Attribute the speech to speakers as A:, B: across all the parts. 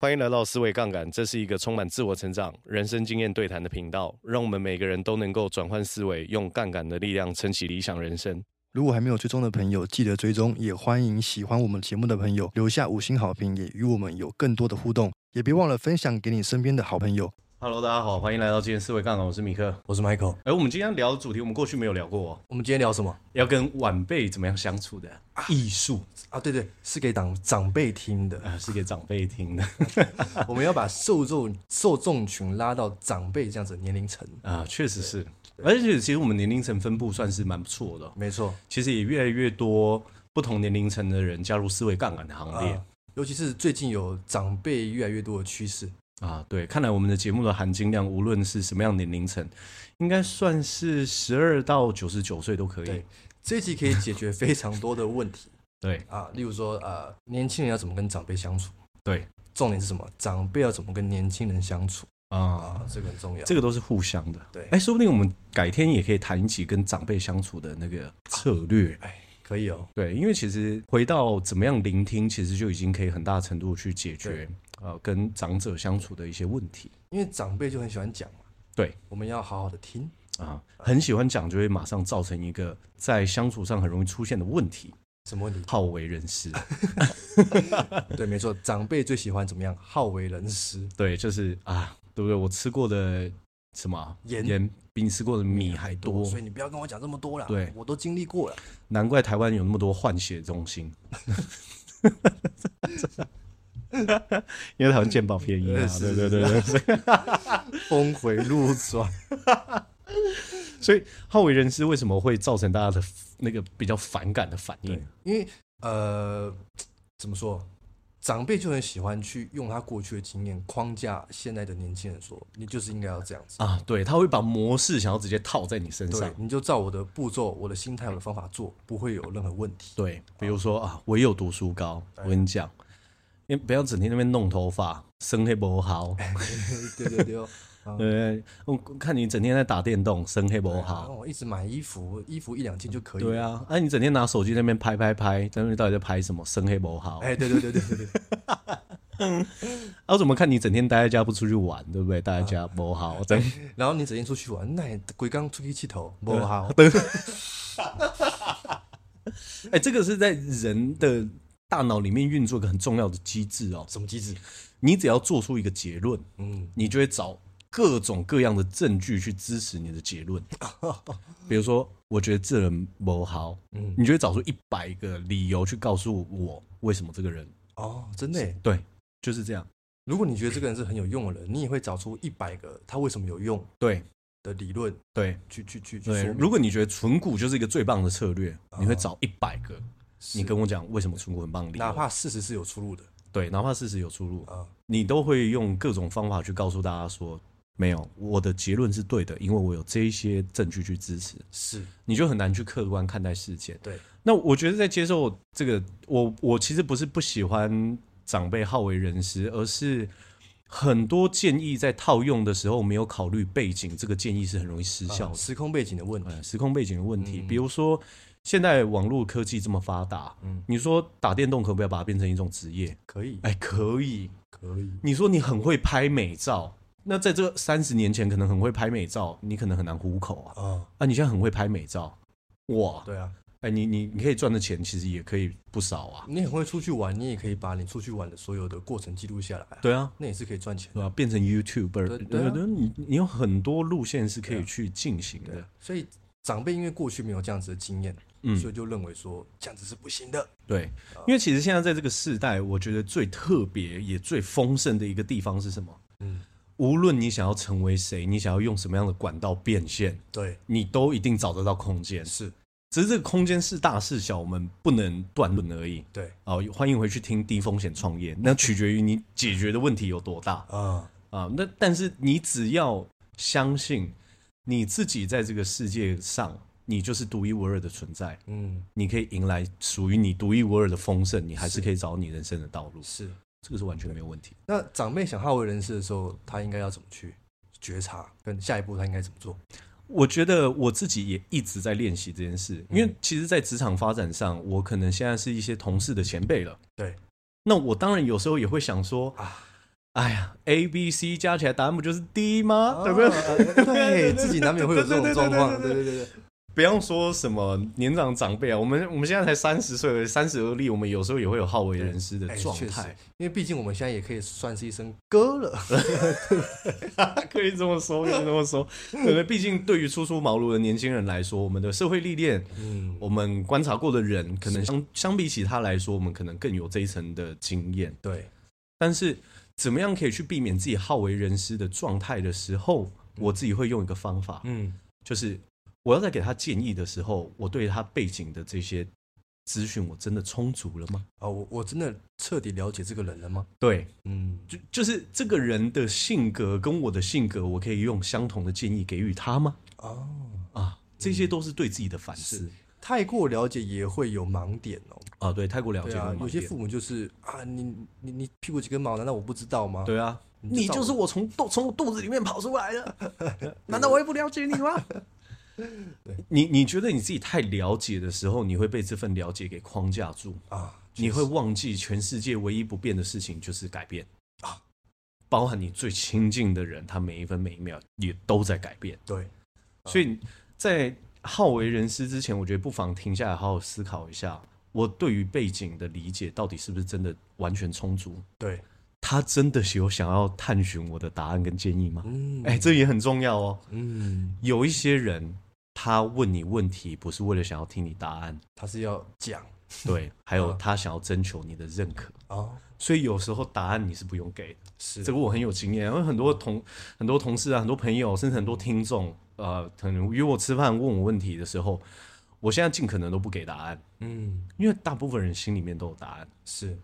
A: 欢迎来到思维杠杆，这是一个充满自我成长、人生经验对谈的频道，让我们每个人都能够转换思维，用杠杆的力量撑起理想人生。
B: 如果还没有追踪的朋友，记得追踪，也欢迎喜欢我们节目的朋友留下五星好评，也与我们有更多的互动，也别忘了分享给你身边的好朋友。
A: Hello，大家好，欢迎来到今天思维杠杆，我是米克。
B: 我是 Michael，
A: 哎，我们今天聊的主题，我们过去没有聊过、哦，
B: 我们今天聊什么
A: 要跟晚辈怎么样相处的艺术，
B: 啊？对对，是给长长辈听的。
A: 啊，是给长辈听的
B: 我们要把受众受众群拉到长辈这样子的年龄层。
A: 啊，确实是，而且其实我们年龄层分布算是蛮不错的哦，
B: 没错，
A: 其实也越来越多不同年龄层的人加入思维杠杆的行列。
B: 啊，尤其是最近有长辈越来越多的趋势。
A: 啊，对，看来我们的节目的含金量，无论是什么样的年龄层，应该算是十二到九十九岁都可以。
B: 对这一集可以解决非常多的问题
A: 对
B: 啊，例如说呃，年轻人要怎么跟长辈相处？
A: 对
B: 重点是什么？长辈要怎么跟年轻人相处
A: 啊、
B: 啊？这个很重要。
A: 这个都是互相的。
B: 对
A: 哎，说不定我们改天也可以谈一集跟长辈相处的那个策略。
B: 哎，可以哦。
A: 对，因为其实回到怎么样聆听，其实就已经可以很大程度去解决
B: 对
A: 呃跟长者相处的一些问题。
B: 因为长辈就很喜欢讲嘛，
A: 对
B: 我们要好好的听。
A: 啊，很喜欢讲，就会马上造成一个在相处上很容易出现的问题，
B: 什么问题？
A: 好为人师。
B: 对，没错，长辈最喜欢怎么样？好为人师。
A: 对，就是啊，对不对？我吃过的什么啊
B: 盐啊
A: 比你吃过的米还多，
B: 所以你不要跟我讲这么多啦，
A: 对
B: 我都经历过了。
A: 难怪台湾有那么多换血中心， 因为台湾健保便宜啊，对
B: 呃是
A: 对
B: 是
A: 对对， 所以
B: 峰回路转，
A: 所以好为人师为什么会造成大家的那个比较反感的反应？
B: 因为呃，怎么说？长辈就很喜欢去用他过去的经验框架现在的年轻人说，你就是应该要这样子，
A: 啊，对，他会把模式想要直接套在你身上
B: 对，。你就照我的步骤、我的心态、我的方法做，不会有任何问题。
A: 对，比如说啊，我也有读书高，我跟你讲，你不要整天那边弄头发，生黑不
B: 哎
A: 好。
B: 对对对哦，
A: 对，我看你整天在打电动，生黑不
B: 啊
A: 好。
B: 我一直买衣服，衣服一两件就可以了
A: 对啊，哎、你整天拿手机在那边拍拍拍，在那边到底在拍什么？生黑不好。哎、啊
B: 哎，对对对对对对，
A: 我怎么看你整天待在家不出去玩，对不对？待在家不好，真
B: 然后你整天出去玩，那也鬼刚出去气头啊不好，
A: 哎、这个是在人的大脑里面运作一个很重要的机制哦。
B: 什么机制？
A: 你只要做出一个结论，
B: 嗯，
A: 你就会找各种各样的证据去支持你的结 论。比如说，我觉得这人不好，
B: 嗯
A: 你就会找出一百个理由去告诉我为什么这个人
B: 哦，真的耶。
A: 对，就是这样。
B: 如果你觉得这个人是很有用的人，你也会找出一百个他为什么有用
A: 对
B: 的理论
A: 对，
B: 去去去去
A: 对，
B: 说明。啊
A: 如果你觉得存股就是一个最棒的策略，你会找一百个，你跟我讲为什么存股很棒的理由
B: 哪怕事实是有出入的
A: 对，哪怕事实有出入，
B: 啊，
A: 你都会用各种方法去告诉大家说，没有，我的结论是对的，因为我有这一些证据去支持，
B: 是
A: 你就很难去客观看待事件。
B: 对，
A: 那我觉得在接受这个，我我其实不是不喜欢长辈好为人师，而是。很多建议在套用的时候没有考虑背景，这个建议是很容易失效
B: 啊
A: 的。
B: 时空背景的问题
A: 呃时空背景的问题，比如说现在网络科技这么发达，
B: 嗯
A: 你说打电动可不可以把它变成一种职业？
B: 可以
A: 哎，可以。
B: 可以
A: 你说你很会拍美照，那在这三十年前可能很会拍美照，你可能很难糊口啊。
B: 啊，
A: 啊，你现在很会拍美照，哇，
B: 对啊，
A: 哎，你你你可以赚的钱其实也可以不少啊。
B: 你很会出去玩，你也可以把你出去玩的所有的过程记录下来啊，
A: 对啊，
B: 那也是可以赚钱的。
A: 对吧？变成 YouTuber，呃
B: 对对啊
A: 你你有很多路线是可以去进行的。
B: 所以长辈因为过去没有这样子的经验，
A: 嗯
B: 所以就认为说这样子是不行的。
A: 对，因为其实现在在这个世代，我觉得最特别也最丰盛的一个地方是什么？
B: 嗯，
A: 无论你想要成为谁，你想要用什么样的管道变现，
B: 对，
A: 你都一定找得到空间。
B: 是，
A: 只是这个空间是大是小，我们不能断论而已。
B: 对，
A: 哦，欢迎回去听低风险创业，那取决于你解决的问题有多大
B: 啊，
A: 啊。那但是你只要相信你自己在这个世界上，你就是独一无二的存在。
B: 嗯，
A: 你可以迎来属于你独一无二的丰盛，你还是可以找你人生的道路，
B: 是。
A: 这个是完全没有问题。
B: 那长辈想好为人师的时候，他应该要怎么去觉察，跟下一步他应该怎么做？
A: 我觉得我自己也一直在练习这件事，因为其实，在职场发展上，我可能现在是一些同事的前辈了，
B: 对
A: 那我当然有时候也会想说
B: 啊，
A: 哎呀，A、B、C 加起来答案不就是 D
C: 啊
A: 吗？对不对？
C: 对？对，自己难免会有这种
A: 对对对
C: 状况。
A: 对
C: 对对对对，
A: 不用说什么年长长辈啊，我们我们现在才三十岁而已，三十而立，我们有时候也会有好为人师的
C: 哎
A: 状
C: 确实
A: 态，
C: 因为毕竟我们现在也可以算是一声 哥了。
A: 可以这么说，可以这么说。对对，毕竟对于初出茅庐的年轻人来说，我们的社会历练，
C: 嗯，
A: 我们观察过的人，可能相相比起他来说，我们可能更有这一层的经验。
C: 对，
A: 但是怎么样可以去避免自己好为人师的状态的时候，我自己会用一个方法，
C: 嗯
A: 就是我要在给他建议的时候，我对他背景的这些资讯，我真的充足了吗？
C: 啊，我我真的彻底了解这个人了吗？
A: 对，
C: 嗯，
A: 就就是这个人的性格跟我的性格，我可以用相同的建议给予他吗？
C: 哦，嗯
A: 啊，这些都是对自己的反思
C: 是太过了解也会有盲点哦。
A: 啊。对，太过了
C: 对
A: 解
C: 啊
A: 了，嘛
C: 有些父母就是啊，你你你屁股几根毛，难道我不知道吗？
A: 对啊，
C: 你
A: 你
C: 就
A: 就是我从肚从我肚子里面跑出来的， 难道我也不了解你吗？你你觉得你自己太了解的时候，你会被这份了解给框架住，
C: 啊，
A: 你会忘记全世界唯一不变的事情就是改变啊，包含你最亲近的人，他每一分每一秒也都在改变。
C: 对，
A: 所以在好为人师之前，我觉得不妨停下来好好思考一下，我对于背景的理解到底是不是真的完全充足？
C: 对，
A: 他真的有想要探寻我的答案跟建议吗？
C: 嗯，
A: 哎、这也很重要哦。
C: 嗯，
A: 有一些人他问你问题，不是为了想要听你答案，
C: 他是要讲
A: 对，还有他想要征求你的认可。
C: 哦，
A: 所以有时候答案你是不用给的，
C: 是
A: 这个我很有经验，因为很
C: 嗯
A: 多同很多同事啊，很多朋友，甚至很多听众，呃，可能约我吃饭问我问题的时候，我现在尽可能都不给答案，
C: 嗯
A: 因为大部分人心里面都有答案，
C: 是，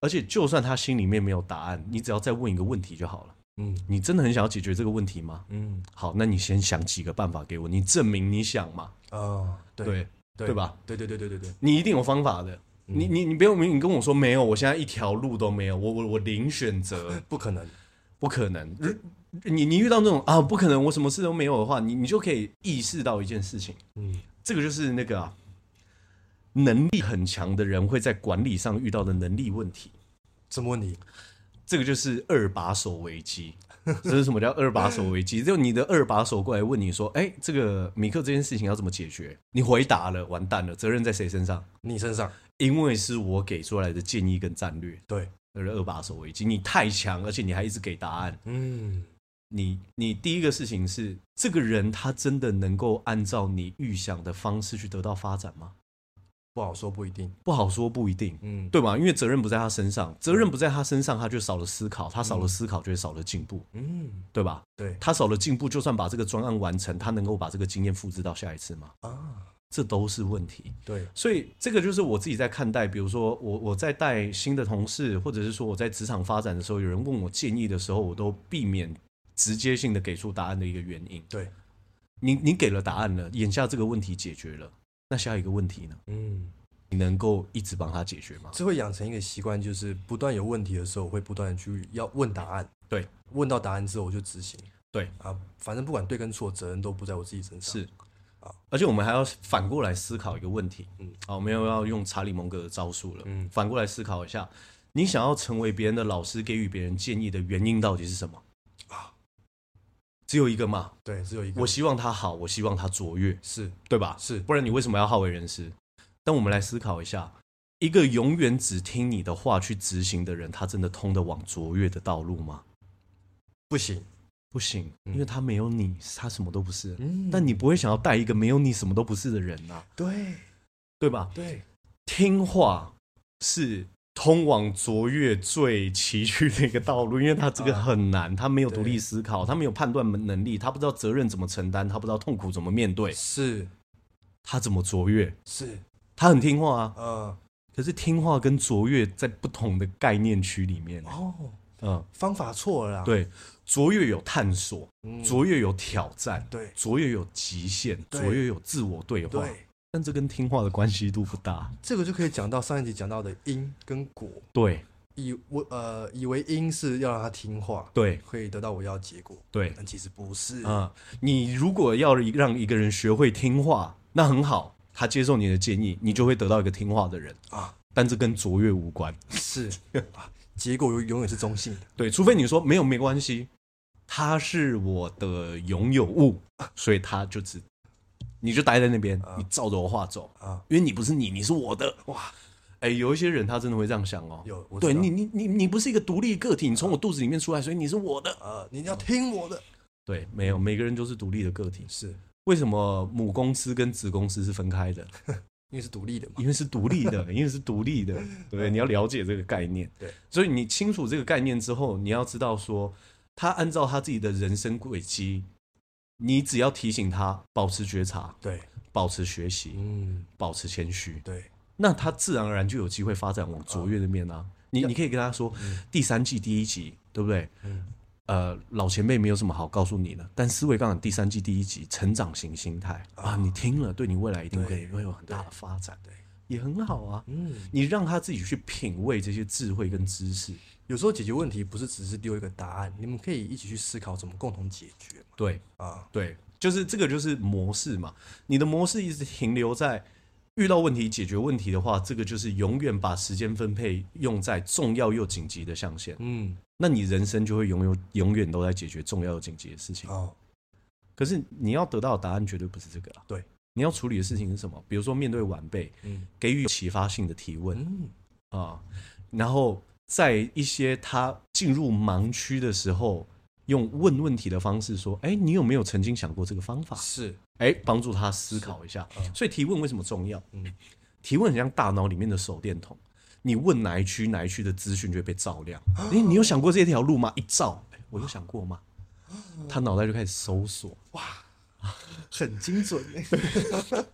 A: 而且就算他心里面没有答案，你只要再问一个问题就好了。
C: 嗯
A: 你真的很想要解决这个问题吗？
C: 嗯
A: 好，那你先想几个办法给我，你证明你想嘛，
C: 哦，对
A: 对
C: 对
A: 对吧？
C: 对对对对对对，
A: 你一定有方法的。
C: 嗯
A: 你你你不用你跟我说没有，我现在一条路都没有，我我我零选择，
C: 不可能，
A: 不可能。如你你遇到那种啊不可能，我什么事都没有的话，你你就可以意识到一件事情，
C: 嗯
A: 这个就是那个、啊、能力很强的人会在管理上遇到的能力问题。
C: 什么问题？
A: 这个就是二把手危机。这是什么叫二把手危机？就你的二把手过来问你说：“哎、这个米克这件事情要怎么解决？”你回答了，完蛋了，责任在谁身上？
C: 你身上
A: 因为是我给出来的建议跟战略，
C: 对，
A: 那是二把手危机。你太强，而且你还一直给答案。
C: 嗯
A: 你你第一个事情是，这个人他真的能够按照你预想的方式去得到发展吗？
C: 不好说不一定，
A: 不好说，不一定，
C: 嗯
A: 对吧？因为责任不在他身上，责任不在他身上，他就少了思考，他少了思考就会少了进步，
C: 嗯
A: 对吧？
C: 对
A: 他少了进步，就算把这个专案完成，他能够把这个经验复制到下一次吗？
C: 啊
A: 这都是问题。
C: 对
A: 所以这个就是我自己在看待，比如说我我在带新的同事，或者是说我在职场发展的时候，有人问我建议的时候，我都避免直接性的给出答案的一个原因。
C: 对，
A: 你你给了答案了，眼下这个问题解决了，那下一个问题呢？
C: 嗯，
A: 你能够一直帮他解决吗？
C: 这会养成一个习惯，就是不断有问题的时候，我会不断的去要问答案，
A: 对，
C: 问到答案之后我就执行
A: 对，
C: 啊，反正不管对跟错，责任都不在我自己身上，
A: 是。而且我们还要反过来思考一个问题，嗯
C: 嗯，
A: 好，我们又要用查理蒙格的招数了，嗯
C: 嗯，
A: 反过来思考一下，你想要成为别人的老师，给予别人建议的原因到底是什么？只有一个嘛，
C: 对，只有一个
A: 我希望他好，我希望他卓越，
C: 是
A: 对吧？
C: 是
A: 不然你为什么要好为人师？但我们来思考一下，一个永远只听你的话去执行的人，他真的通得往卓越的道路吗？
C: 不行，
A: 不行，因为他没有你，他什么都不是。
C: 嗯
A: 但你不会想要带一个没有你什么都不是的人呐、
C: 对
A: 对吧？
C: 对，
A: 听话是通往卓越最崎岖的一个道路，因为他这个很难，他没有独立思考，他没有判断能力，他不知道责任怎么承担，他不知道痛苦怎么面对，
C: 是
A: 他怎么卓越？
C: 是
A: 他很听话啊，
C: 呃
A: 可是听话跟卓越在不同的概念区里面，
C: 哦，
A: 嗯，
C: 方法错了啦，
A: 对，卓越有探索，
C: 嗯
A: 卓越有挑战，
C: 对
A: 卓越有极限，
C: 对
A: 卓越有自我对话，
C: 对，
A: 但这跟听话的关系度不大，
C: 哦这个就可以讲到上一集讲到的因跟果，
A: 对
C: 以我呃以为因是要让他听话，
A: 对
C: 可以得到我要的结果，
A: 对，
C: 但其实不是，
A: 啊、你如果要让一个人学会听话，那很好，他接受你的建议，你就会得到一个听话的人
C: 啊。
A: 但这跟卓越无关，
C: 是啊，结果永永远是中性的。
A: 对，除非你说没有没关系，它是我的拥有物，所以它就只你就待在那边，你照着我话走
C: 啊
A: 啊，因为你不是你，你是我的哇。哎、有一些人他真的会这样想哦。
C: 有我知
A: 对
C: 道
A: 你，你你你不是一个独立个体，你从我肚子里面出来，所以你是我的。
C: 呃，你要听我的，
A: 对，没有，每个人都是独立的个体。
C: 是
A: 为什么母公司跟子公司是分开的？
C: 因为是独立的嘛。
A: 因为是独立的，因为是独立的，对，你要了解这个概念。
C: 对，
A: 所以你清楚这个概念之后，你要知道说，他按照他自己的人生轨迹，你只要提醒他保持觉察、
C: 对，
A: 保持学习、
C: 嗯，
A: 保持谦虚，
C: 对，
A: 那他自然而然就有机会发展往卓越的面啊。你你可以跟他说，第三季第一集，对不对？
C: 嗯
A: 呃，老前辈没有什么好告诉你的，但思维杠杆第三季第一集，成长型心态啊，你听了，对你未来一定可以会有很大的发展，对，也很好啊。
C: 嗯，
A: 你让他自己去品味这些智慧跟知识，
C: 有时候解决问题不是只是丢一个答案，你们可以一起去思考怎么共同解决嘛。
A: 对，
C: 啊，
A: 对，就是这个就是模式嘛。你的模式一直停留在遇到问题解决问题的话，这个就是永远把时间分配用在重要又紧急的象限，
C: 嗯，
A: 那你人生就会永有永远都在解决重要又紧急的事情。
C: 哦，
A: 可是你要得到的答案绝对不是这个啦。
C: 对，
A: 你要处理的事情是什么？比如说面对晚辈，
C: 嗯
A: 给予启发性的提问
C: 嗯，
A: 啊、然后在一些他进入盲区的时候。用问问题的方式说：“哎，你有没有曾经想过这个方法？”
C: 是，
A: 哎，帮助他思考一下。所以提问为什么重要？
C: 嗯
A: 提问很像大脑里面的手电筒，你问哪一区哪一区的资讯就会被照亮。哎，你有想过这条路吗？一照，哎我有想过吗？他脑袋就开始搜索。
C: 很精准欸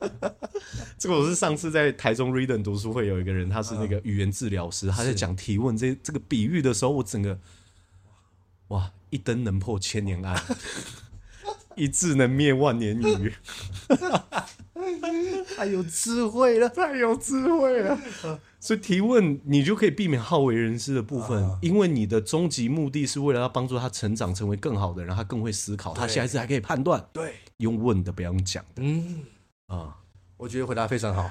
A: 这个我是上次在台中 Reading 读书会有一个人，他是那个语言治疗师，他在讲提问这这个比喻的时候，我整个哇，一灯能破千年 暗，一字能灭万年鱼。
C: 太有智慧了，
A: 太有智慧了。所以提问，你就可以避免好为人师的部分，因为你的终极目的是为了要帮助他成长，成为更好的人，他更会思考，他下一次还可以判断。
C: 对，
A: 用问的，不要用讲的
C: 嗯，
A: 啊、
C: 我觉得回答非常 好。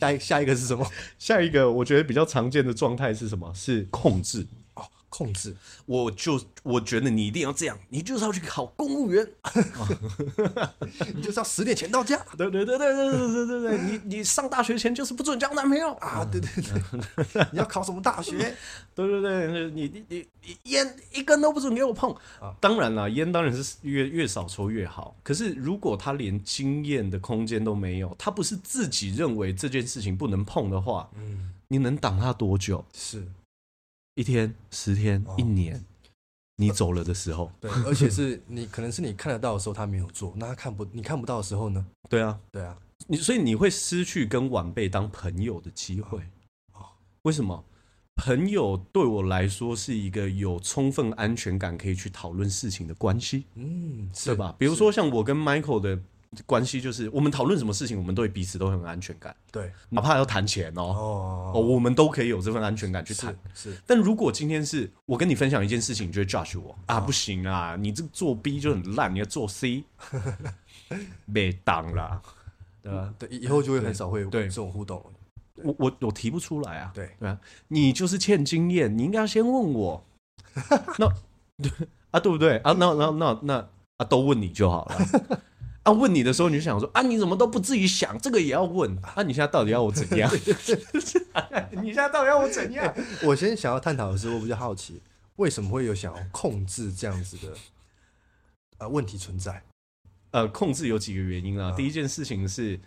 C: 下一下一个是什么？
A: 下一个，我觉得比较常见的状态是什么？是控制。
C: 哦，控制。
A: 我就我觉得你一定要这样，你就是要去考公务员。
C: 哦 你就是要十点前到家
A: 对对对对对对对对对，你你上大学前就是不准交男朋友。
C: 啊！对对对， 你要考什么大学？
A: 对对对，你你你你烟一根都不准给我碰。
C: 啊
A: 当然啦，烟当然是越越少抽越好。可是如果他连经验的空间都没有，他不是自己认为这件事情不能碰的话，
C: 嗯，
A: 你能挡他多久？
C: 是
A: 一天、十天、
C: 哦
A: 一年？你走了的时候，
C: 对，而且是你可能是你看得到的时候他没有做，那他看不你看不到的时候呢？
A: 对啊，
C: 对啊，
A: 你所以你会失去跟晚辈当朋友的机会
C: 哦哦。
A: 为什么？朋友对我来说是一个有充分安全感可以去讨论事情的关系。
C: 嗯，是
A: 对吧？比如说像我跟 Michael 的关系，就是我们讨论什么事情，我们对彼此都很有安全感，
C: 对
A: 哪怕要谈钱哦，
C: 哦
A: 哦，我们都可以有这份安全感去谈
C: 是。是
A: 但如果今天是我跟你分享一件事情，你就会 judge
C: 哦
A: 我啊，不行啊，你这个做 B 就很烂，你要做 C，被当啦，对吧？
C: 对，以以后就会很少会有
A: 对
C: 这种互动了。
A: 我我我提不出来啊，
C: 对
A: 对啊，你就是欠经验，你应该先问 我，那啊对不对啊？那那那那啊都问你就好了。啊，问你的时候你就想说啊，你怎么都不自己想，这个也要问啊？你现在到底要我怎样？ 你现在到底要我怎样？
C: 我先想要探讨的是，我比较好奇，为什么会有想要控制这样子的呃问题存在？
A: 呃，控制有几个原因啊。第一件事情是，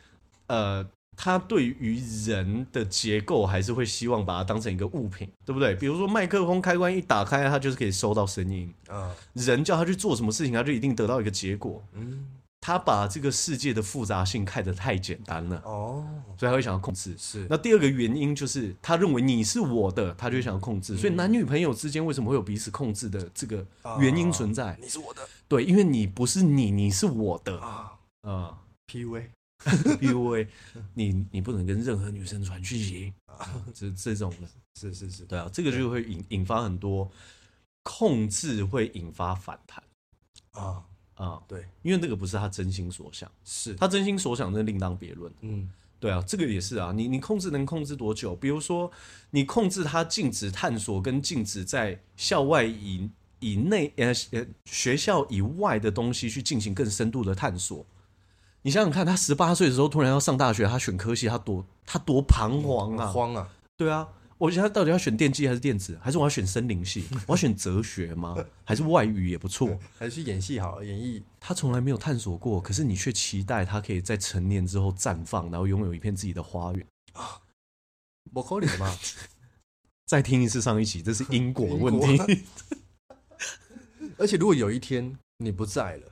A: 呃，他对于人的结构还是会希望把它当成一个物品，对不对？比如说麦克风开关一打开，它就是可以收到声音。
C: 啊，
A: 人叫他去做什么事情，他就一定得到一个结果。
C: 嗯，
A: 他把这个世界的复杂性看得太简单了，
C: 哦，
A: 所以他会想要控制。
C: 是
A: 那第二个原因就是他认为你是我的，他就会想要控
C: 嗯
A: 制。所以男女朋友之间为什么会有彼此控制的这个
C: 啊
A: 原因存在？
C: 你是我的
A: 对，因为你不是你，你是我的
C: 啊
A: 啊。
C: ，PUA，
A: 比如为你你不能跟任何女生传讯息，这这种的，
C: 啊是是是，
A: 对啊，这个就会引引发很多控制，会引发反弹
C: 啊，
A: 啊，
C: 对，
A: 因为那个不是他真心所想。
C: 是，
A: 他真心所想，那另当别论。
C: 嗯，
A: 对啊，这个也是啊，你你控制能控制多久？比如说，你控制它禁止探索跟禁止在校外以以内呃呃学校以外的东西去进行更深度的探索。你想想看，他十八岁的时候突然要上大学，他选科系，他多他多彷徨啊！
C: 慌啊！
A: 对啊，我觉得他到底要选电机还是电子，还是我要选森林系？我要选哲学吗？还是外语也不错？
C: 还是去演戏好了，演绎
A: 他从来没有探索过，可是你却期待他可以在成年之后绽放，然后拥有一片自己的花园。
C: 不可能嘛？
A: 再听一次上一集，这是因果问
C: 因啊
A: 题。
C: 而且如果有一天你不在了，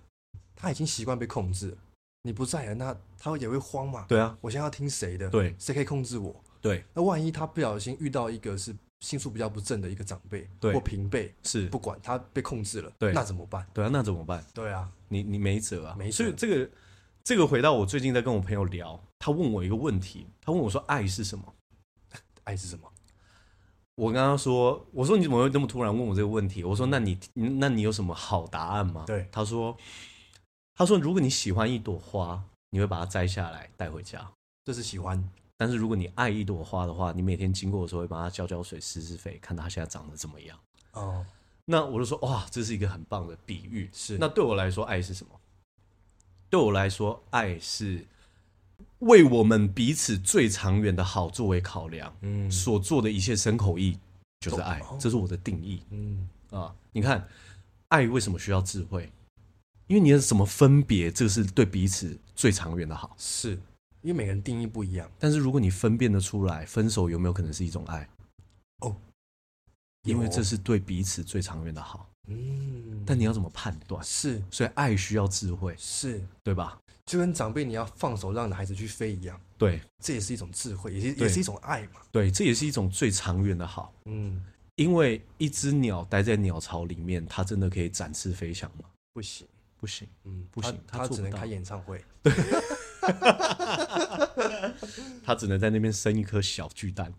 C: 他已经习惯被控制了，你不在了，那他也会慌嘛？
A: 对啊，
C: 我现在要听谁的？
A: 对
C: 谁可以控制我？
A: 对，
C: 那万一他不小心遇到一个是心术比较不正的一个长辈，
A: 对
C: 或平辈，
A: 是
C: 不管他被控制了，
A: 对
C: 那怎么办？
A: 对啊，那怎么办？
C: 对啊，
A: 你你没辙啊，
C: 没辙
A: 所以这个这个回到我最近在跟我朋友聊，他问我一个问题，他问我说爱是什么？
C: 爱是什么？
A: 我跟他说，我说你怎么会那么突然问我这个问题？我说那你那你有什么好答案吗？
C: 对
A: 他说他说如果你喜欢一朵花，你会把它摘下来带回家。
C: 这是喜欢，
A: 但是如果你爱一朵花的话，你每天经过的时候会帮它浇浇水、施施肥，看它现在长得怎么样。
C: 哦，
A: 那我就说，哇，这是一个很棒的比喻。
C: 是
A: 那对我来说，爱是什么？对我来说，爱是为我们彼此最长远的好作为考量，
C: 嗯
A: 所做的一切身口意就是爱
C: 懂哦，
A: 这是我的定义
C: 嗯，
A: 啊。你看，爱为什么需要智慧？因为你的什么分别，这是对彼此最长远的好。
C: 是因为每个人定义不一样，
A: 但是如果你分辨得出来，分手有没有可能是一种爱？
C: 哦，
A: 因为
C: 有
A: 这是对彼此最长远的好。
C: 嗯，
A: 但你要怎么判断？
C: 是
A: 所以爱需要智慧，
C: 是，
A: 对吧？
C: 就跟长辈你要放手让孩子去飞一样，
A: 对
C: 这也是一种智慧，也是
A: 对
C: 也是一种爱嘛，
A: 对，这也是一种最长远的好。
C: 嗯，
A: 因为一只鸟待在鸟巢里面，它真的可以展翅飞翔吗？
C: 不行，
A: 不行。
C: 嗯，
A: 不行
C: 他
A: 他做
C: 只
A: 不
C: 能
A: 到
C: 开演唱会，
A: 它只能在那边生一颗小巨蛋。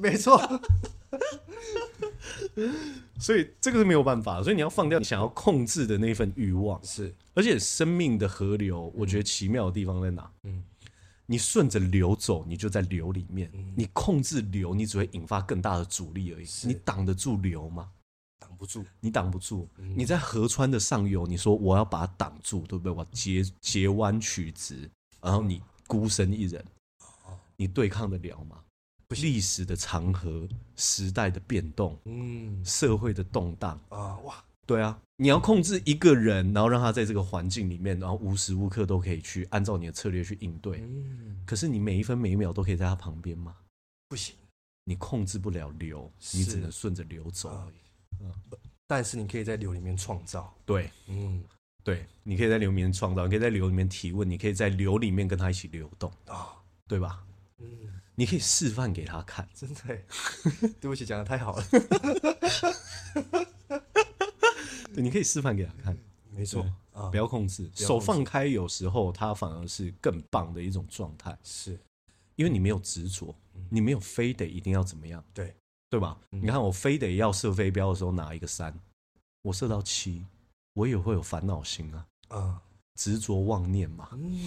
C: 没错，
A: 所以这个是没有办法的，所以你要放掉你想要控制的那份欲望。
C: 是
A: 而且生命的河流，我觉得奇妙的地方在哪？
C: 嗯
A: 嗯，你顺着流走，你就在流里面；
C: 嗯
A: 你控制流，你只会引发更大的阻力而已。
C: 是
A: 你挡得住流吗？
C: 挡不住，
A: 你挡不住。
C: 嗯
A: 你在河川的上游，你说我要把它挡住，对不对？我截截弯曲直，然后你孤身一人，
C: 哦
A: 你对抗得了吗？历史的长河、时代的变动、
C: 嗯
A: 社会的动荡，
C: 啊哇，
A: 对啊，你要控制一个人，然后让他在这个环境里面，然后无时无刻都可以去按照你的策略去应对。
C: 嗯，
A: 可是你每一分每一秒都可以在他旁边吗？
C: 不行，
A: 你控制不了流，
C: 是
A: 你只能顺着流走而已。
C: 但是你可以在流里面创造，
A: 对
C: 嗯
A: 对，你可以在流里面创造，你可以在流里面提问，你可以在流里面跟他一起流动，
C: 啊，
A: 对吧？
C: 嗯，
A: 你可以示范给他看。
C: 真 的耶，对不起，讲的太好了，
A: 对，你可以示范给他看，
C: 没错啊
A: 嗯不，要控制，
C: 制
A: 手放开，有时候它反而是更棒的一种状态，
C: 是
A: 因为你没有执着，你没有非得一定要怎么样，
C: 对，
A: 对吧？
C: 嗯
A: 你看我非得要射飞镖的时候拿一个三，我射到七，我也会有烦恼心啊，
C: 啊，
A: 执着妄念嘛，
C: 嗯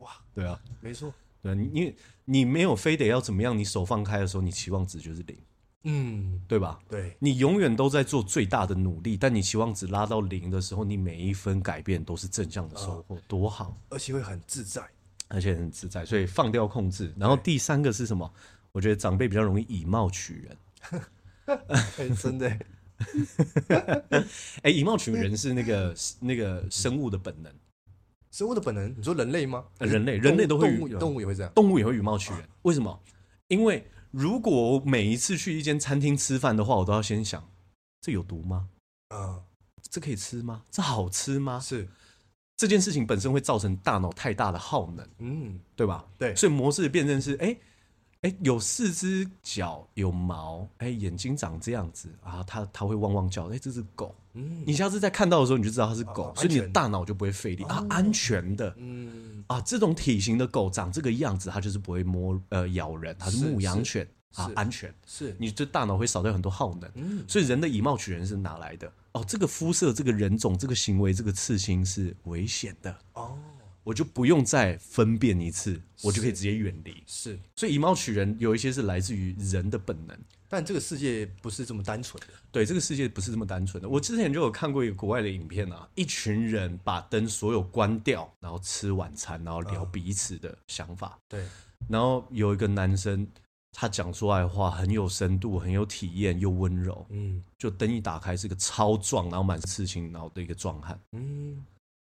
C: 哇，
A: 对啊，
C: 没错，
A: 对啊，你因为你没有非得要怎么样，你手放开的时候，你期望值就是零，
C: 嗯，
A: 对吧？
C: 对，
A: 你永远都在做最大的努力，但你期望值拉到零的时候，你每一分改变都是正向的收获，多好，
C: 而且会很自在，
A: 而且很自在。所以放掉控制。然后第三个是什么？我觉得长辈比较容易以貌取人。
C: 哎 真的耶，
A: 哎，以貌取人是那个那个生物的本能，
C: 生物的本能，你说人类吗？
A: 呃人类
C: 动物
A: 人类都会
C: 动物动物也会这样，
A: 动物也会以貌取人。为什么？因为如果我每一次去一间餐厅吃饭的话，我都要先想：这有毒吗？
C: 啊，
A: 这可以吃吗？这好吃吗？
C: 是，
A: 这件事情本身会造成大脑太大的耗能，
C: 嗯，
A: 对吧？
C: 对，
A: 所以模式的辨认是，哎、哎、有四只脚，有毛，哎、眼睛长这样子啊，它它会汪汪叫，哎、这只狗。
C: 嗯
A: 你下次再看到的时候，你就知道它是狗，
C: 啊
A: 所以你的
C: 安全哦
A: 大脑就不会费力、啊，安全的。
C: 嗯，
A: 啊，这种体型的狗长这个样子，它就是不会摸呃咬人，它是
C: 是
A: 牧羊犬啊
C: 是，
A: 安全。
C: 是，
A: 你这大脑会少掉很多耗能，
C: 嗯
A: 所以人的以貌取人是哪来的？哦，这个肤色、这个人种、这个行为、这个刺青是危险的，
C: 哦，
A: 我就不用再分辨一次，我就可以直接远离。
C: 是，
A: 所以以貌取人有一些是来自于人的本能。
C: 但这个世界不是这么单纯的。
A: 对，这个世界不是这么单纯的。我之前就有看过一个国外的影片啊，一群人把灯所有关掉，然后吃晚餐，然后聊彼此的想法。
C: 对，
A: 然后有一个男生，他讲出来的话很有深度，很有体验，又温柔。
C: 嗯
A: 就灯一打开，是个超壮，然后满是刺青，然后的一个壮汉，
C: 嗯，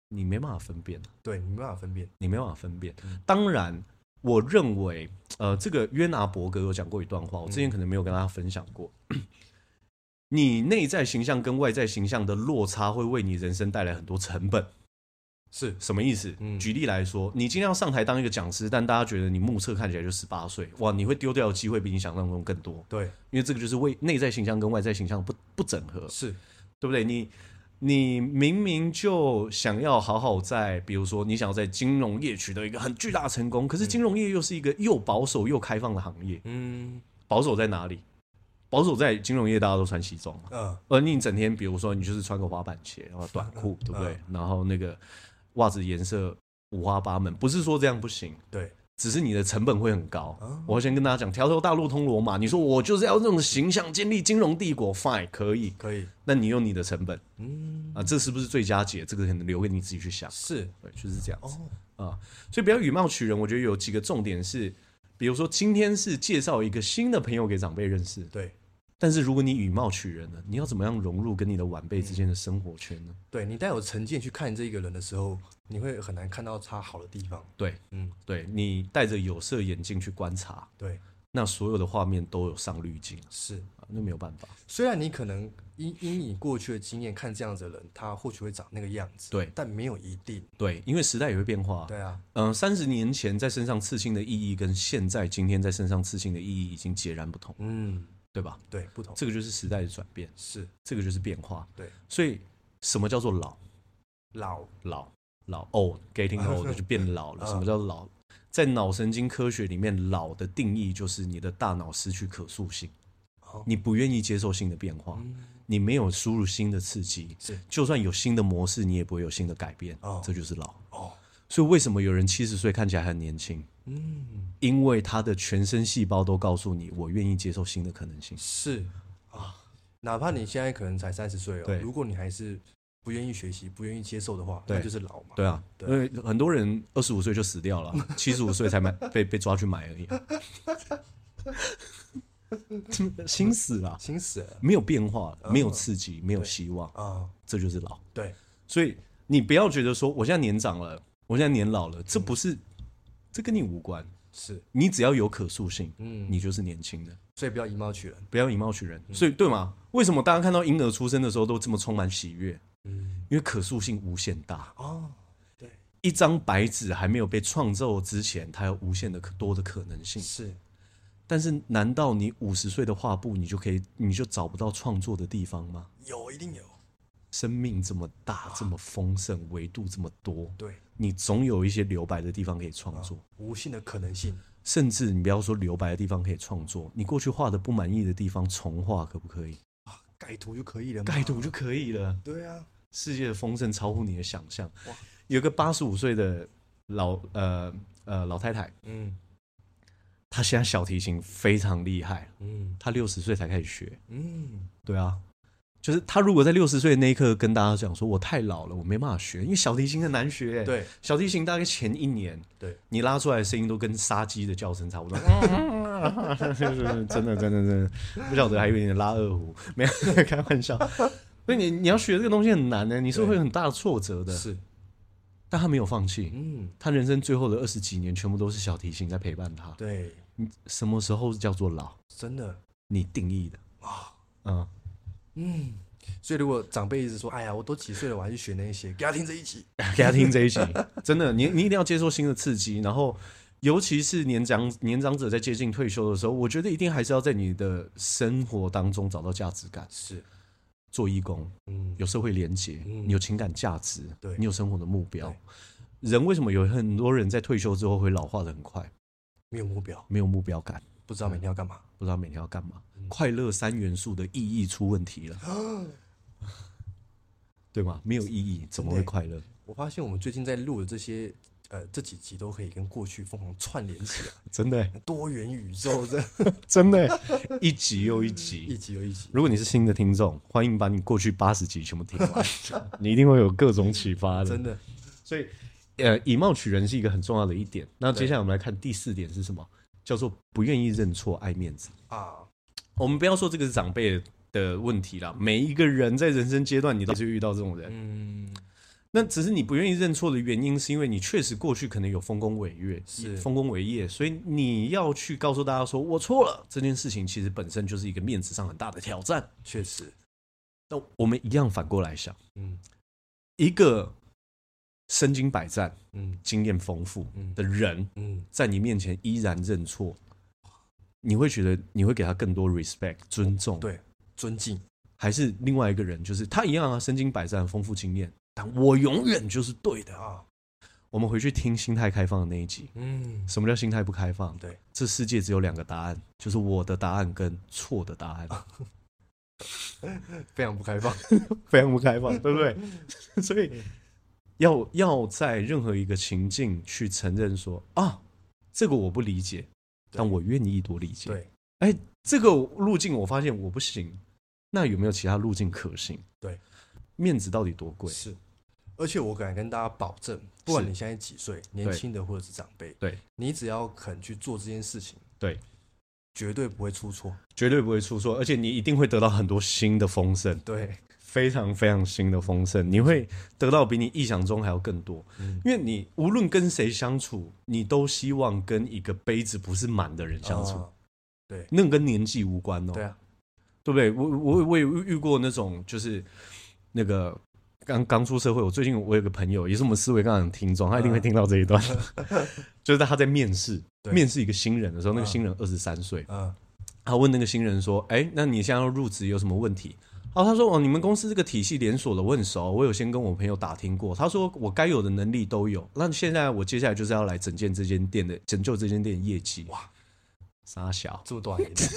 A: 你没办法分辨。啊
C: 对你没办法分辨。
A: 你没办法分辨。啊当然，我认为，呃，这个约拿伯格有讲过一段话，我之前可能没有跟大家分享过。 你内在形象跟外在形象的落差会为你人生带来很多成本。
C: 是
A: 什么意思？
C: 嗯
A: 举例来说，你今天要上台当一个讲师，但大家觉得你目测看起来就十八岁，哇，你会丢掉的机会比你想象中更多，
C: 对，
A: 因为这个就是为内在形象跟外在形象不不整合。
C: 是
A: 对不对？你你明明就想要好好在，比如说你想要在金融业取得一个很巨大的成功，可是金融业又是一个又保守又开放的行业。
C: 嗯
A: 保守在哪里？保守在金融业大家都穿西装嘛，
C: 呃
A: 而你整天比如说你就是穿个滑板鞋，然后短裤，对不
C: 嗯
A: 对？然后那个袜子颜色五花八门，不是说这样不行。
C: 对，
A: 只是你的成本会很高
C: 哦。
A: 我先跟大家讲，条条大路通罗马。你说我就是要这种形象，建立金融帝国，fine 可以。
C: 可以。
A: 那你有你的成本，
C: 嗯，
A: 啊，这是不是最佳解？这个可能留给你自己去想。
C: 是
A: 对，就是这样子
C: 哦，
A: 啊。所以不要以貌取人。我觉得有几个重点是，比如说今天是介绍一个新的朋友给长辈认识，
C: 对，
A: 但是如果你以貌取人呢，你要怎么样融入跟你的晚辈之间的生活圈呢？
C: 对你带有成见去看这个人的时候，你会很难看到他好的地方。
A: 对，
C: 嗯，
A: 对你戴着有色眼镜去观察，
C: 对，
A: 那所有的画面都有上滤镜
C: 是。
A: 啊，那没有办法。
C: 虽然你可能因因你过去的经验看这样子的人，他或许会长那个样子，
A: 对
C: 但没有一定。
A: 对，因为时代也会变化。
C: 对啊，
A: 嗯，三十、年前在身上刺青的意义，跟现在今天在身上刺青的意义已经截然不同，
C: 嗯，
A: 对吧？
C: 对，不同
A: 这个就是时代的转变。
C: 是
A: 这个就是变化。
C: 对，
A: 所以什么叫做老
C: 老
A: 老老 old，getting old 就变老了。
C: 嗯
A: 什么叫老？在脑神经科学里面，老的定义就是你的大脑失去可塑性
C: 哦，嗯
A: 你不愿意接受新的变化，你没有输入新的刺激
C: 是，
A: 就算有新的模式，你也不会有新的改变
C: 哦。
A: 这就是老。
C: 哦，
A: 所以为什么有人七十岁看起来很年轻？
C: 嗯，
A: 因为他的全身细胞都告诉你，我愿意接受新的可能性。
C: 是啊，哪怕你现在可能才三十岁哦
A: 对，
C: 如果你还是不愿意学习、不愿意接受的话，
A: 对
C: 那就是老嘛。
A: 对啊，因为很多人二十五岁就死掉 了，七十五岁才买被被抓去买而已、啊， 心死了，
C: 心死了
A: 没有变化，
C: 嗯
A: 没有刺激，没有希望，
C: 啊，
A: 这就是老。
C: 对，
A: 所以你不要觉得说我现在年长了，我现在年老了，这不是，这跟你无关。
C: 是，
A: 你只要有可塑性，
C: 嗯
A: 你就是年轻的，
C: 所以不要以貌取人。
A: 不要以貌取人。所以对吗？为什么大家看到婴儿出生的时候都这么充满喜悦？
C: 嗯，
A: 因为可塑性无限大。
C: 哦，
A: 一张白纸还没有被创作之前，它有无限的可多的可能性。
C: 是
A: 但是，难道你五十岁的画布，你就可以，你就找不到创作的地方吗？
C: 有，一定有。
A: 生命这么大，这么丰盛，维度这么多，
C: 对，
A: 你总有一些留白的地方可以创作。
C: 无限的可能性。
A: 甚至你不要说留白的地方可以创作，你过去画的不满意的地方重画可不可以？
C: 改图就可以了嘛，
A: 盖图就可以了。
C: 对啊，
A: 世界的丰盛超乎你的想象。有个八十五岁的老呃呃老太太，
C: 嗯
A: 她现在小提琴非常厉害，
C: 嗯
A: 她六十岁才开始学。
C: 嗯，
A: 对啊，就是她如果在六十岁那一刻跟大家讲说，我太老了，我没办法学，因为小提琴很难学、欸。，
C: 对
A: 小提琴大概前一年，
C: 对，
A: 你拉出来的声音都跟杀鸡的叫声差不 多。 真的真的真的，不晓得还以为你拉二胡，没有开玩笑。所以你你要学这个东西很难呢、欸你是会有很大的挫折的。
C: 是，
A: 但她没有放弃，
C: 嗯
A: 她人生最后的二十几年全部都是小提琴在陪伴她。
C: 对，
A: 什么时候叫做老？
C: 真的，
A: 你定义的啊，
C: 嗯。所以如果长辈一直说，哎呀，我都几岁了，我还去学那些，给他听这一集，
A: 嗯，给他听这一集，真的，你你一定要接受新的刺激，然后尤其是年长年长者在接近退休的时候，我觉得一定还是要在你的生活当中找到价值感，
C: 是，
A: 做义工，
C: 嗯，
A: 有社会连结，
C: 嗯
A: 你有情感价值，
C: 对
A: 你有生活的目标
C: 对。
A: 人为什么有很多人在退休之后会老化的很快，
C: 没有目标，
A: 没有目标感，
C: 不知道每天要干嘛，
A: 不知道每天要干嘛？快乐三元素的意义出问题 了，对吗？没有意义怎么会
C: 真的
A: 快乐？
C: 我发现我们最近在录的这些呃这几集都可以跟过去疯狂串联起来，
A: 真的
C: 多元宇宙 这样
A: 真的 一集又一
C: 一
A: 集。
C: 集又一集。
A: 如果你是新的听众，欢迎把你过去八十集全部听 完，你一定会有各种启发的。
C: 真的，
A: 所以，呃，以貌取人是一个很重要的一点。那接下来我们来看第四点是什么？叫做不愿意认错，爱面子。
C: 啊，
A: 我们不要说这个是长辈的问题啦，每一个人在人生阶段，你都是遇到这种人。
C: 嗯，
A: 那只是你不愿意认错的原因，是因为你确实过去可能有丰功伟业，
C: 是
A: 丰功伟业，所以你要去告诉大家说我错了这件事情，其实本身就是一个面子上很大的挑战。
C: 确实，
A: 那我们一样反过来想，
C: 嗯
A: 一个身经百战、
C: 嗯
A: 经验丰富
C: 嗯
A: 的人，
C: 嗯，
A: 在你面前依然认错，你会觉得你会给他更多 respect 尊重，
C: 对，尊敬，
A: 还是另外一个人，就是他一样啊，身经百战，丰富经验，但我永远就是对的啊。
C: 啊，
A: 我们回去听心态开放的那一集，
C: 嗯，
A: 什么叫心态不开放？
C: 对，
A: 这世界只有两个答案，就是我的答案跟错的答案，
C: 非常不开放，
A: 非常不开放，对不 对？所以要要在任何一个情境去承认说啊，这个我不理解，但我愿意多理解。
C: 对
A: 哎，这个路径我发现我不行，那有没有其他路径可行？
C: 对，
A: 面子到底多贵？
C: 是。而且我敢跟大家保证，不管
A: 是
C: 你现在几岁，年
A: 对
C: 轻的或者是长辈，
A: 对
C: 你只要肯去做这件事情，
A: 对，
C: 绝对不会出错。
A: 绝对不会出错，而且你一定会得到很多新的丰盛，
C: 对，
A: 非常非常新的丰盛，你会得到比你意想中还要更多。
C: 嗯
A: 因为你无论跟谁相处，你都希望跟一个杯子不是满的人相处，
C: 啊
A: 那跟年纪无关哦。
C: 对啊，
A: 对不对？我我我也遇过那种就是那个刚刚出社会，我最近我有个朋友，也是我们思维杠杆的听众，他一定会听到这一段， 就是他在面试
C: 嗯对
A: 面试一个新人的时候，那个
C: 嗯
A: 新人二十三岁，
C: 嗯，
A: 他问那个新人说：“哎，那你现在要入职有什么问题？”哦，他说：“哦，你们公司这个体系连锁的，我很熟，我有先跟我朋友打听过。他说我该有的能力都有，那现在我接下来就是要来整建这间店的，拯救这间店的业绩。”哇
C: 哇，
A: 傻小，
C: 这么短一点，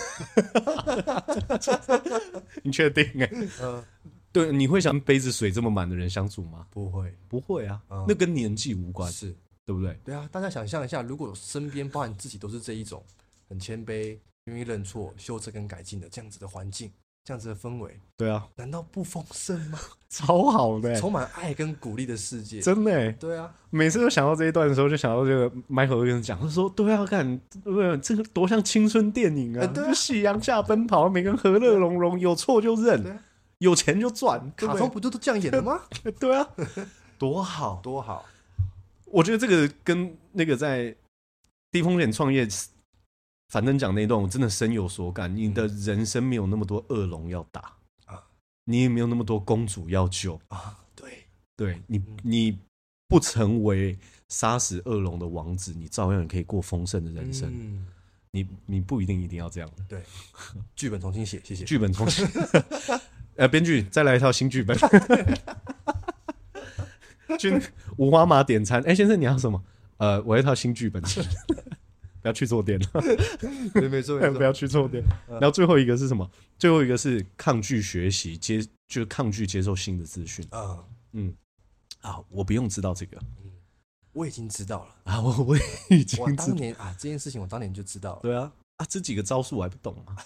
A: 你确定、哎，
C: 嗯，
A: 对，你会想跟杯子水这么满的人相处吗？
C: 不会，
A: 不会啊，
C: 嗯
A: 那跟年纪无关，
C: 是，
A: 对不对？
C: 对啊，大家想象一下，如果身边包含自己都是这一种很谦卑、愿意认错、修正跟改进的这样子的环境，这样子的氛围，
A: 对啊，
C: 难道不丰盛吗？
A: 超好的、欸
C: 充满爱跟鼓励的世界，
A: 真的、欸
C: 对啊，
A: 每次都想到这一段的时候，就想到这个 Michael 跟讲，他说：“对啊，看，对，这个多像青春电影啊！
C: 哎对啊
A: 就夕阳下奔跑，每个人和乐融融，有错就
C: 对
A: 认
C: 啊，
A: 有钱就赚，对
C: 卡
A: 不
C: 通
A: 对
C: 不就都这样演的吗？
A: 对啊，多好！
C: 多好，
A: 我觉得这个跟那个在低风险创业反正讲那一段，我真的深有所感。你的人生没有那么多恶龙要打
C: 啊
A: 你也没有那么多公主要救，
C: 啊，对，
A: 对你
C: 嗯，
A: 你不成为杀死恶龙的王子，你照样也可以过丰盛的人生。
C: 嗯
A: 你你不一定一定要这样的
C: 对，剧本重新写，谢谢。
A: 剧本重新， 呃，编剧再来一套新剧本。 去五花马点餐，哎、先生你要什么？呃，我要一套新剧本。 不要去错店，
C: 对，没错，没
A: 不
C: 错，
A: 要去错店。然后最后一个是什么？最后一个是抗拒学习，接就是抗拒接受新的资讯
C: 嗯，
A: 啊！我不用知道这个
C: 我已经知道了，
A: 啊，我我已经
C: 我
A: 知
C: 当
A: 道。
C: 年啊，这件事情我当年就知道了，
A: 对啊，啊，这几个招数我还不懂啊。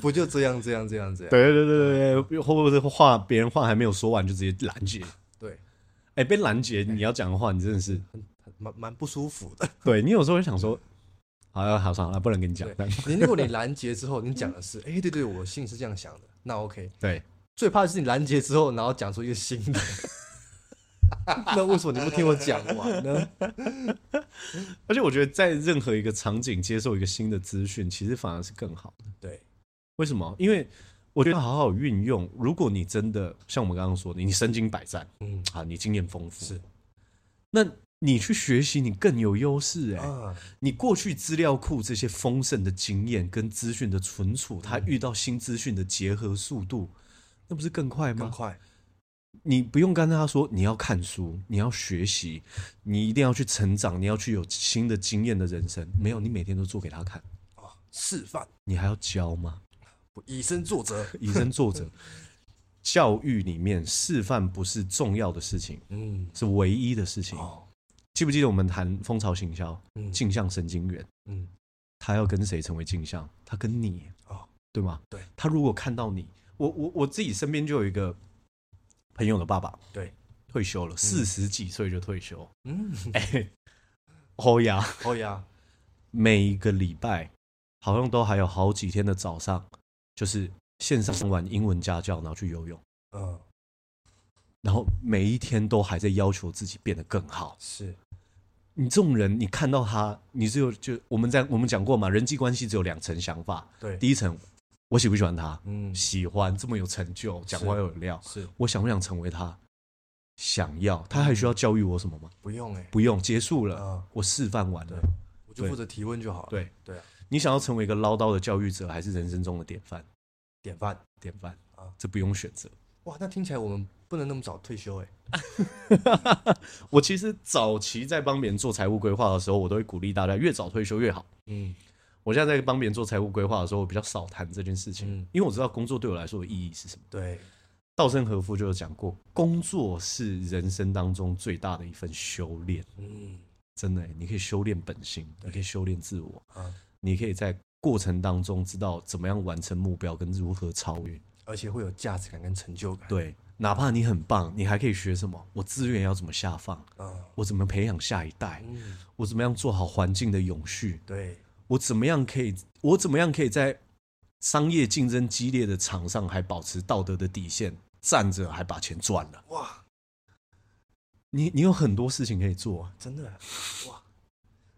C: 不就这样，这样，这样，这
A: 对
C: 样，
A: 对对对对， 或者是话别人话还没有说完就直接拦截，
C: 对，
A: 哎、被拦截你要讲的话，你真的是，
C: 蛮蛮不舒服的。
A: 对你有时候会想说，好啊好算了，不能跟你讲
C: 对，
A: 但
C: 你如果你拦截之后，你讲的是，哎、对对，我心里是这样想的，那 OK。
A: 对，
C: 最怕的是你拦截之后，然后讲出一个新的。 那为什么你不听我讲完呢？
A: 而且我觉得在任何一个场景接受一个新的资讯，其实反而是更好的。
C: 对，
A: 为什么？因为我觉得好好运用，如果你真的像我们刚刚说的，你身经百战
C: 嗯
A: 啊，你经验丰富，
C: 是，
A: 那你去学习，你更有优势哎、
C: 啊，
A: 你过去资料库这些丰盛的经验跟资讯的存储，它
C: 嗯
A: 遇到新资讯的结合速度，那不是更快
C: 更
A: 吗？
C: 快，
A: 你不用跟他说你要看书，你要学习，你一定要去成长，你要去有新的经验的人生。没有，你每天都做给他看，
C: 示范，
A: 你还要教吗？
C: 我以身作则。
A: 以身作则。教育里面示范不是重要的事情，
C: 嗯，
A: 是唯一的事情。
C: 哦，
A: 记不记得我们谈风潮行销，
C: 嗯
A: 镜像神经元，
C: 嗯，
A: 他要跟谁成为镜像？他跟你
C: 哦
A: 对吗？
C: 对，
A: 他如果看到你，我我我自己身边就有一个朋友的爸爸
C: 对，
A: 退休了，四十几岁就退休，
C: 嗯，
A: 哎，欧呀，
C: 哦呀，
A: ，Oh 每一个礼拜好像都还有好几天的早上，就是线上玩英文家教，然后去游泳，
C: 嗯，
A: 然后每一天都还在要求自己变得更好。
C: 是，
A: 你这种人，你看到他，你只有就我们在我们讲过嘛，人际关系只有两层想法，
C: 对，
A: 第一层我喜不喜欢他，
C: 嗯，
A: 喜欢这么有成就，讲话又有料，
C: 是，
A: 我想不想成为他？想要，他还需要教育我什么吗？
C: 不用哎，
A: 不用，结束了，
C: 嗯
A: 我示范完了
C: 对。我就
A: 对
C: 负责提问就好了。
A: 对
C: 对啊，
A: 你想要成为一个唠叨的教育者，还是人生中的典范？
C: 典范。
A: 典范
C: 啊
A: 这不用选择。
C: 哇，那听起来我们不能那么早退休哎。
A: 我其实早期在帮别人做财务规划的时候，我都会鼓励大家越早退休越好。
C: 嗯，
A: 我现在在帮别人做财务规划的时候，我比较少谈这件事情，
C: 嗯
A: 因为我知道工作对我来说的意义是什么。
C: 对，
A: 稻盛和夫就有讲过，工作是人生当中最大的一份修炼。
C: 嗯
A: 真的欸，你可以修炼本性，你可以修炼自我，
C: 啊，
A: 你可以在过程当中知道怎么样完成目标跟如何超越。
C: 而且会有价值感跟成就感。，
A: 对，哪怕你很棒，你还可以学什么？我资源要怎么下放？
C: 啊，
A: 我怎么培养下一代？
C: 嗯，
A: 我怎么样做好环境的永续？
C: 对，
A: 我怎么样可以？我怎么样可以在商业竞争激烈的场上还保持道德的底线，站着还把钱赚了？
C: 哇，
A: 你你有很多事情可以做啊，
C: 真的哇，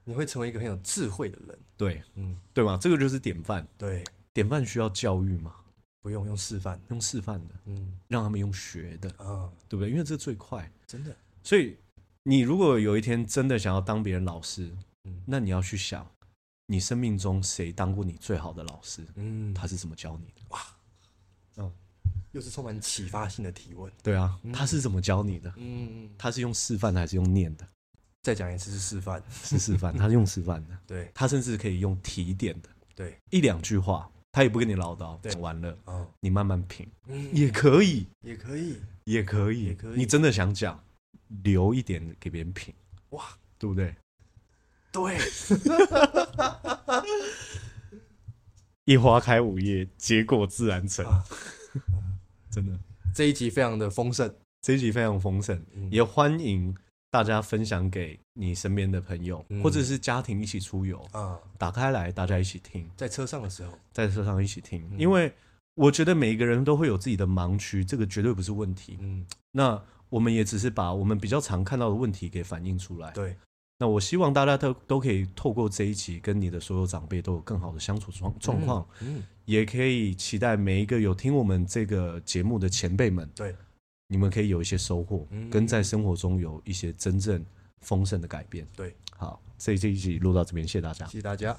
C: 你会成为一个很有智慧的人。
A: 对
C: 嗯，
A: 对吗？这个就是典范，
C: 对，
A: 典范需要教育嘛，
C: 不用用示范。
A: 用示范的，
C: 嗯
A: 让他们用学的，
C: 啊，
A: 对不对？因为这最快。
C: 真的，
A: 所以你如果有一天真的想要当别人老师，
C: 嗯
A: 那你要去想，你生命中谁当过你最好的老师，
C: 嗯，
A: 他是怎么教你的？
C: 又是充满启发性的提问。
A: 对啊，他是怎么教你的？
C: 嗯，
A: 他是用示范的还是用念 的？
C: 再讲一次是示范。
A: 是示范，他是用示范的，
C: 对
A: 他甚至可以用提点的，
C: 对，
A: 一两句话，他也不跟你唠叨，
C: 对
A: 讲完了
C: 啊，
A: 你慢慢品，
C: 嗯，
A: 也可以，
C: 也可以。
A: 也可以，
C: 也可以
A: 你真的想讲，留一点给别人品，
C: 哇，
A: 对不对？
C: 对，
A: 一花开五叶，结果自然成
C: 啊，
A: 真的。
C: 这一集非常的丰盛。
A: 这一集非常丰盛，
C: 嗯
A: 也欢迎大家分享给你身边的朋友，
C: 嗯
A: 或者是家庭一起出游，
C: 啊，
A: 打开来大家一起听，
C: 在车上的时候，
A: 在车上一起听，
C: 嗯
A: 因为我觉得每一个人都会有自己的盲区，这个绝对不是问题。
C: 嗯，
A: 那我们也只是把我们比较常看到的问题给反映出来。
C: 对，
A: 那我希望大家都都可以透过这一集，跟你的所有长辈都有更好的相处状状况，
C: 嗯，
A: 也可以期待每一个有听我们这个节目的前辈们，
C: 对，
A: 你们可以有一些收获，
C: 嗯
A: 跟在生活中有一些真正丰盛的改变。
C: 对，
A: 好，这这一集录到这边，谢谢大家。
C: 谢谢大家。